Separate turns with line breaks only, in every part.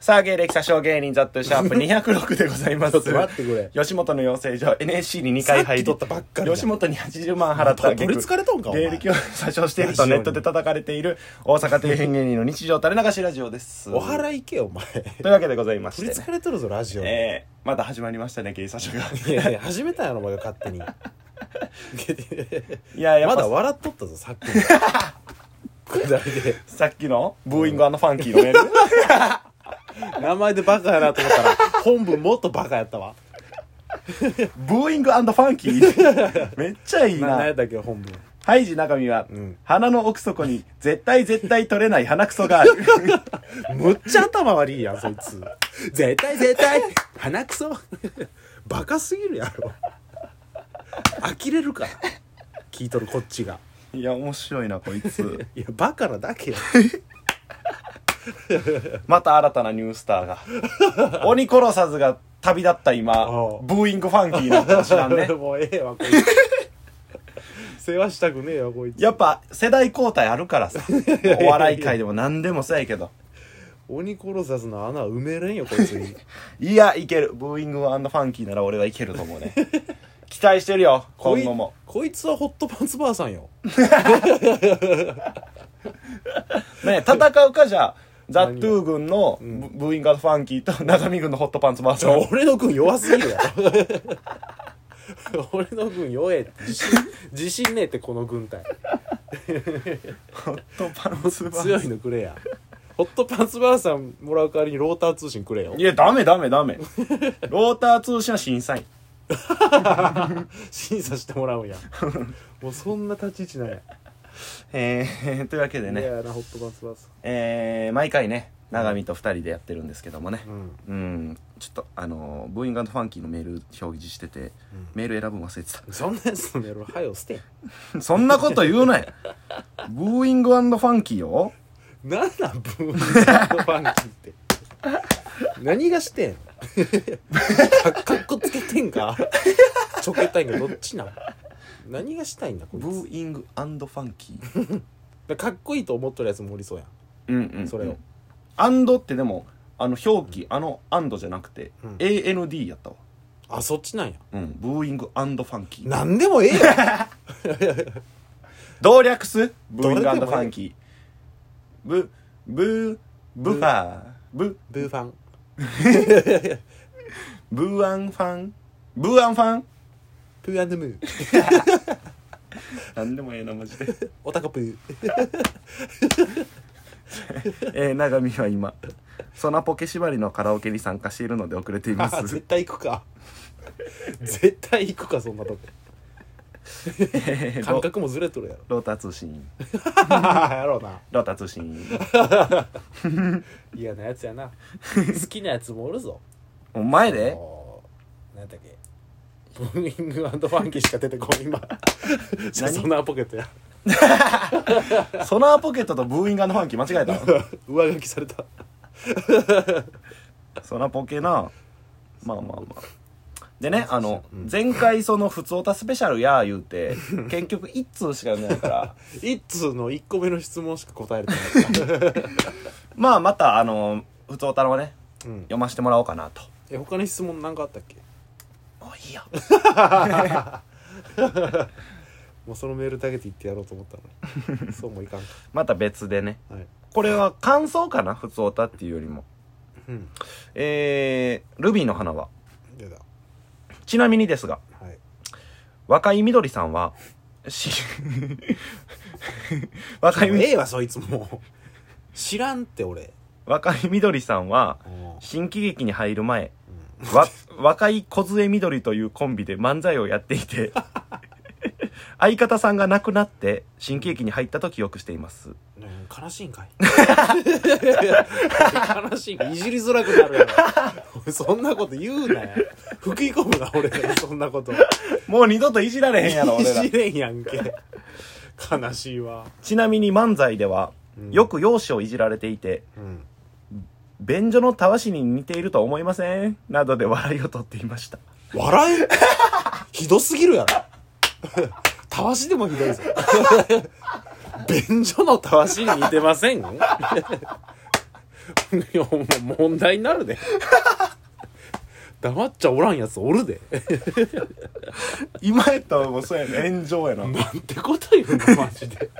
さあ、芸歴詐称芸人ザットゥシャープ206でございます。
ちょっと待ってくれ
吉本の養成所 NSC に2回入り、
さっき撮ったばっかりだ
吉本に80万払った
取り憑かれとんかお前
芸歴を詐称しているとネットで叩かれている大阪底辺芸人の日常垂れ流しラジオです。
お払い行けお 前
というわけでございまし
取り
て
つ。かれとるぞラジオ、
えー、また始まりましたね、芸詐 称が。
いやいや始めたんやろお前が勝 手に
いや、やっ
ま
ぱ
だ笑っとったぞさっ きのくだりで
さっきのブーイングファンキーのメール。
名前でバカやなと思ったら本文もっとバカやったわ
ブーイングファンキー めっちゃいい
な何や
な
っ。たっけ本文
ハイジ中身は、
ん
鼻の奥底に絶対絶対取れない鼻くそがある。
むっちゃ頭悪いやんそい つ絶対絶対鼻くそバカすぎるやろ呆れるから聞いとるこっちが
いや、面白いな、こいつ。
いやバカなだけや
また新たなニュースターが。 鬼殺さずが旅立った今
お、う。
ブーイングファンキーなんかも知らん ね
もうええわこいつ 世話したくねえわこいつ
やっぱ世代交代あるから さ。お笑い界でも何でもそうやけど。
鬼殺さずの穴埋めれんよこいつ に
いや、いける。ブーイングファンキーなら俺はいけると思う ね。期待してるよ、
こ
今
い
後も。
こいつはホットパンツばあさ んよ
ね戦うかじ ゃあ、ザ・トゥー軍のブブーイングファンキーと長見軍のホットパンツバージ
ちょ
ョン。
俺の軍弱すぎるやろ 俺の軍弱えって自信自信ねえってこの軍隊
ホットパンツバージョ
強いのくれやホットパンツばあさんもらう代わりにローター通信くれよ
ン。いや、ダメダメダ メ。ローター通信は審査員。
審査しても らうんやもうそんな立ち位置なんや
えー、 というわけで
い
ね、
やなホットパンツばあさ
えー、毎回ね、長見と二人でやってるんですけどもね
ん、う。ん
うん、ちょっと、あのー、ブーイングファンキーのメール表示してて、メール選ぶの忘れて
そんなやつのやろはよ捨て
た。 そんなこと言う なよ。ブーイングファンキーよ。
なんなんブームサンドファンキーって何がしてんかかっこつけてんかちょけたいんかどっちなん何がしたいんだこい
ブ
つ
ーイングファンキー。
だからかっこいいと思っとるやつもおりそうやん
うんうん、 うん。
それを、
アンドってでもあの表記、あのアンドじゃなくて、
うん
AND やったわ
あそっちなんや
うんブーイングアンドファンキー
何でもええよ
動略すブーイングアンド
どれでもいい
ファンキーブブブファーブ
ブーファン
ブーアンファンブーアンファン
プーアンドムー
なんでもええなマジで
オタカプー
えー、長見は今ソナポケ縛りのカラオケに参加しているので遅れていま
あ絶
す
対行くか絶対行くかそんな とこ
えー
感
ロ
覚もずれと るやろ
ローター通信
やろうな
ローター通信
嫌なやつやな好きなやつもおるぞ
お前で
何だっけブーイングファンキーしか出てこん 今じゃあ
何
そんなポケットや
ソナーポケットとブーイングアンドファンキー間違えた
上書きされた
そらポケなまあまあまあでねあの、前回その「ふつおたスペシャルや」言うて結局1通しか読んでないから
一通の1個目の質問しか答えれてない、
まあまたあの「ふつおたのね
うん、
読ませてもらおうかなと
え他に質問何かあったっけ
もういいよ
もうそのメールだけで言ってやろうと思った のにそうもいかんか
また別でね
はい、
これは感想かな「ふつおたっていうよりも
うん、
えー、ルビーの花は
出た
ちなみにですが
はい
若井みどりさんはし 若
もう
い
ええわそいつもう知らんって俺
若いみどりさんは
うん
新喜劇に入る前わ、若い梢緑というコンビで漫才をやっていて、相方さんが亡くなって、新喜劇に入ったと記憶しています。
ねえ悲しいんか い悲しいんかいいじりづらくなるやろ そんなこと言うなよ吹き込むな俺らにそんなこと
もう二度といじられへんやろ、
い
俺ら
じ。れんやんけ悲しいわ、
ちなみに漫才では、よく容姿をいじられていて、
うん、
便所のたわしに似ていると思いませんなどで笑いを取っていました。
笑えひどすぎるやろたわしでもひどいぞ 便所のたわしに似てませんいやほんま問題になるで黙っちゃおらんやつおるで
今やったらもうそうやね炎上やな
なんてこと言うのマジで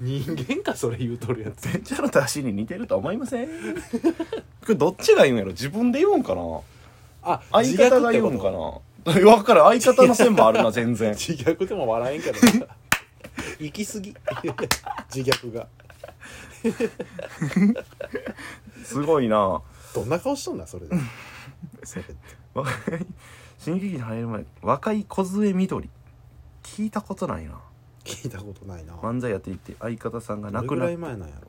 人間かそれ言うとるやつ
ベンチャーの出しに似てると思いませんこれどっちが言うんやろ自分で言うんかな
あ
相方が言うんかな分からん相方の線もあるな全然
自虐でも笑えんけどな行き過ぎ自虐が
すごいな
どんな顔しとんだそれでそれって
若い新喜劇に入る前若い梢みどり聞いたことないな
聞いたことないな
漫才やっていて相方さんが
ど
亡
れ
く
ぐ
な
ら
っ
い前なんやろ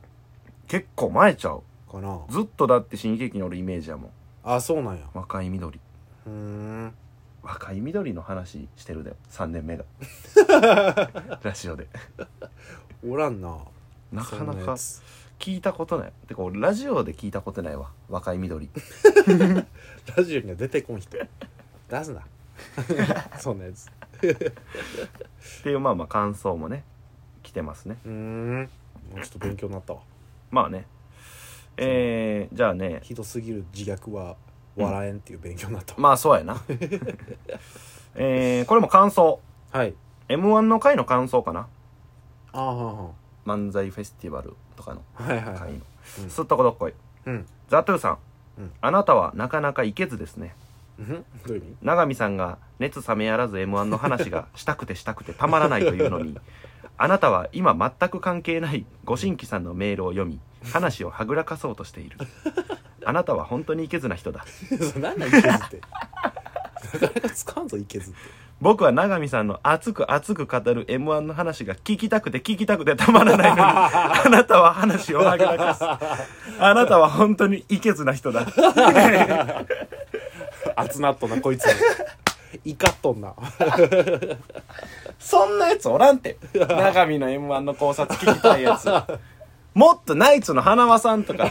結構前ちゃう
かな
ずっとだって新喜劇におるイメージやもん
あそうなんや
若い緑
うーん
若い緑の話してるで3年 目がラジオで
おらんな
なかな
そんや
か
つ
聞いたことないてか俺ラジオで聞いたことないわ若い緑
ラジオには出てこん人出すな そんなやつ
っていうまあまあ感想もね来てますね
うーんもうちょっと勉強になったわ
まあねえー、じゃあね
ひどすぎる自虐は笑えんっていう勉強になったわ、
まあそうや なえー、これも感想
はい
m 1の回の感想かな
ああは
漫才フェスティバルとかの
あはあはいはいは
回
い
の
うん
すったこどっこい
うん
ザトゥーさん、
うん
あなたはなかなかいけずですね
うんどういう意味
永見さんが熱冷めやらず m 1の話 がしたくてしたくてたまらないというのにあなたは今全く関係ないご新規さんのメールを読み話をはぐらかそうとしているあなたは本当にいけずな人だ
そうなんなんいけずってなかなかつかんぞいけずって
僕は永見さんの熱く熱く語る m 1の話が聞きたくて聞きたくてたまらない のにあなたは話をはぐらかすあなたは本当にいけずな人だ
熱なっとんなこいつイカっとんな
そんなやつおらん て永見の m 1の考察聞きたいやつもっとナイツの花輪さん とか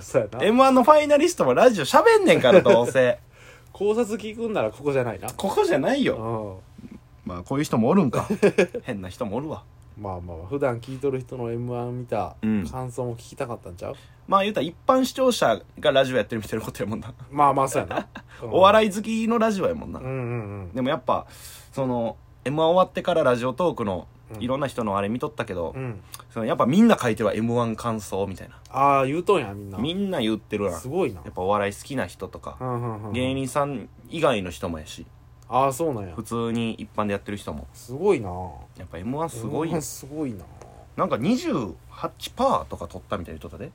そうやな
m 1のファイナリストもラジオ喋んねんからどうせ
考察聞くんならこ こじゃないな
ここじゃないうよ
ん
まあこういう人もおるん か変な人もおるわ
まあまあ普段聞いとる人の m 1見た
うん
感想も聞きたかったんちゃう、
まあ言うたら一般視聴者がラジオやってるみたいなことやもんな
まあまあそうや な
お笑い好きのラジオやもんな
うんうん
でもやっぱその m 1終わってからラジオトークの
うん
いろんな人のあれ見とったけど、
うんうん
そのやっぱみんな書いてるわ m 1感想みたいな
ああ言うとんやみんな
みんな言ってるわ
すごいな
やっぱお笑い好きな人と
う
か、
んうんうん
芸人さん以外の人もやし
ああそうなんや
普通に一般でやってる人も
すごいな
やっぱ m 1すごいよ
M1 すごいな
なんか28%とか取ったみたいな人だで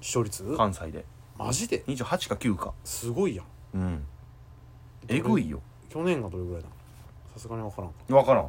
視聴率
関西で
マジで
28か9か
すごいやん
うんえぐいよ
去年がどれぐらいなのさすがに分からんか
分からん
バ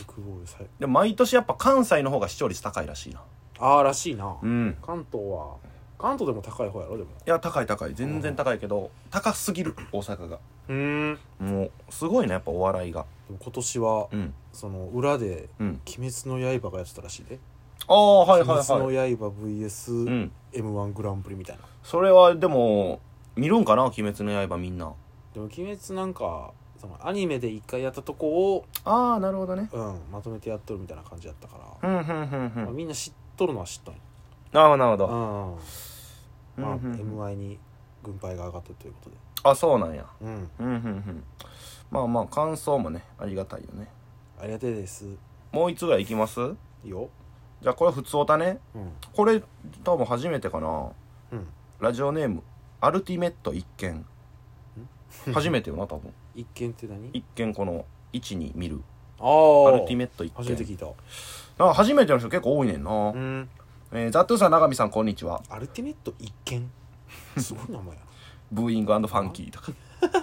イクボールさえ
でも毎年やっぱ関西の方が視聴率高いらしいな
ああらしいな、
うん
関東は関東でも高い方やろでも
いや高い高い全然高いけど、高すぎる大阪が
うんで
もうすごいねやっぱお笑いが
も今年は、
うん
その裏で
うん
「鬼滅の刃」がやってたらしいで
ああ
「
はい
鬼
はい
滅
はい
の刃
う
VSM1
ん
グランプリ」みたいな
それはでも見るんかな鬼滅の刃みんな
でも「鬼滅」なんかそのアニメで一回やったとこを、
ああなるほどね
うん、まとめてやっとるみたいな感じやったから、
うんうんうんう
まあ、
ん
みんな知っとるのは知っとんよ
ああなるほど
あまあ、
うんうんうん
m 1に軍配が上がったということで
あそうなんや
うん
うんうんうんまあまあ感想もねありがたいよね
ありがてえです
もう一つぐらいいきます
いいよ
じゃあこれ普通おたね
うん
これ多分初めてかな
うん
ラジオネームアルティメット一見初めてよな多分
一見って何
一見この位置に見る
ああ
アルティメット一見
初めて聞いた
なんか初めての人結構多いねんな
う、ん
えー、ザトゥーさん永見さんこんにちは
アルティメット一 見すごい名前や
ブーイングファンキーと か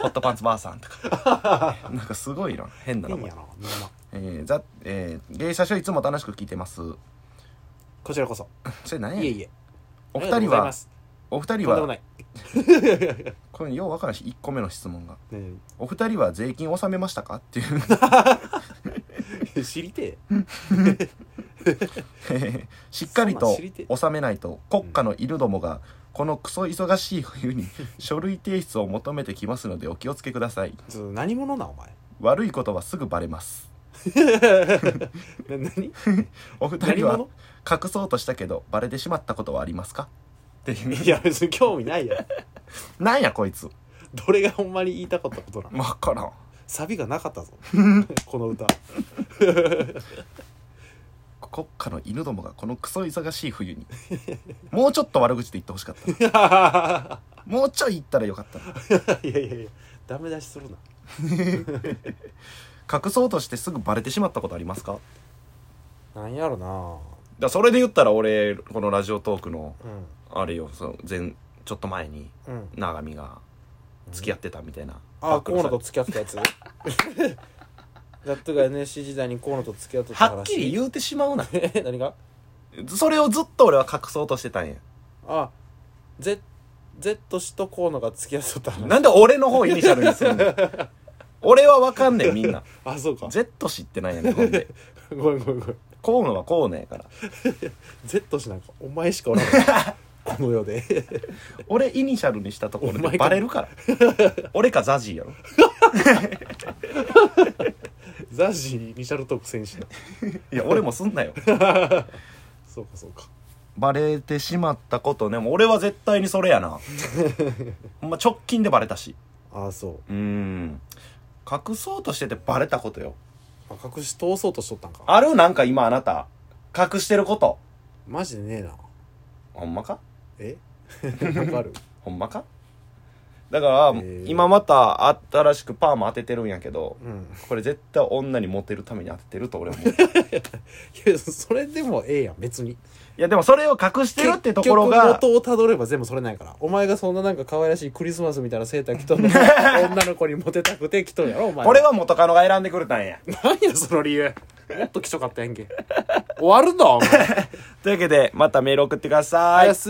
ホットパンツばあさんとか なんかすごいな変な
な
名前
いいやなみんな
えー、ザえー、芸者書いつも楽しく聞いてます
こちらこそ
それ何や
いえいえ
お
あ
二
り
人
がとうござい
は
ます
お二人
とんでも
は
ない
これようわからんし1個目の質問が
ね
お二人は税金納めましたかっていう
え 知りて
しっかり
そんなん
と
知りて
納めないと国家の犬どもがこのクソ忙しい冬に 書類提出を求めてきますのでお気をつけください
えちょっと何者なんお前
悪いことはすぐバレます
な何
お二人は隠そうとしたけどバレてしまったことはあります かっていう
いや別に興味ないや
なんやこいつ
ろどれがほんまに言いたかったことなの
分からん
サビがなかっ たぞこの歌
国家の犬どもがこのクソ忙しい冬に もうちょっと悪口で言ってほしかった
いや
もうちょい言ったらよかったない
やいやいやダメ出しするな
隠そうとしてすぐバレてしまったことありますかだか
なんやろな
らそれで言ったら俺このラジオトークの
う
あれよその前ちょっと前に
んうん
永見が付き合ってたみたいな、
あ
暴露さ
河野
れ
と付き合ってたや つラットが NSC 時代に河野と付き合ってた話
はっきり
う
言うてしまうな
え 何が
それをずっと俺は隠そうとしてたんや
あ Z, Z 氏と河野が付き合ってた話
なんで俺の方イニシャルにするの俺はわかんねんみんな
あそうか
Z 氏ってなんやねんほんで
ごめんごめんごめん
河野は河野やから
Z 氏なんかお前しかおらんから この世で
俺イニシャルにしたところ
お前
で
か
バレる から俺かザジーやろ
ザジーミシャルトーク選手だ
いや俺もすんなよ
そうかそうか
バレてしまったことねもう俺は絶対にそれや なほんま直近でバレたし
ああそ
う
う
ーん隠そうとしててバレたことよ
あ隠し通そうとしとったんか
あるなんか今あなた隠してること
マジでねえな
ほんまか
え なんかある
ほんまかだから、
えー
今また新しくパーマ当ててるんやけど
うん
これ絶対女にモテるために当ててると俺は思うい
いやそれでもええやん別に
やでもそれを隠してるってところが
結局元をたどれば全部それないからお前がそんななんか可愛らしいクリスマスみたいなセーター着とん のに女の子にモテたくて着とんやろお前
これは元カノが選んでくれたんや
何やその理由もっと貴重かったやんけ終わるのお前
というわけでまたメール送ってください
おやす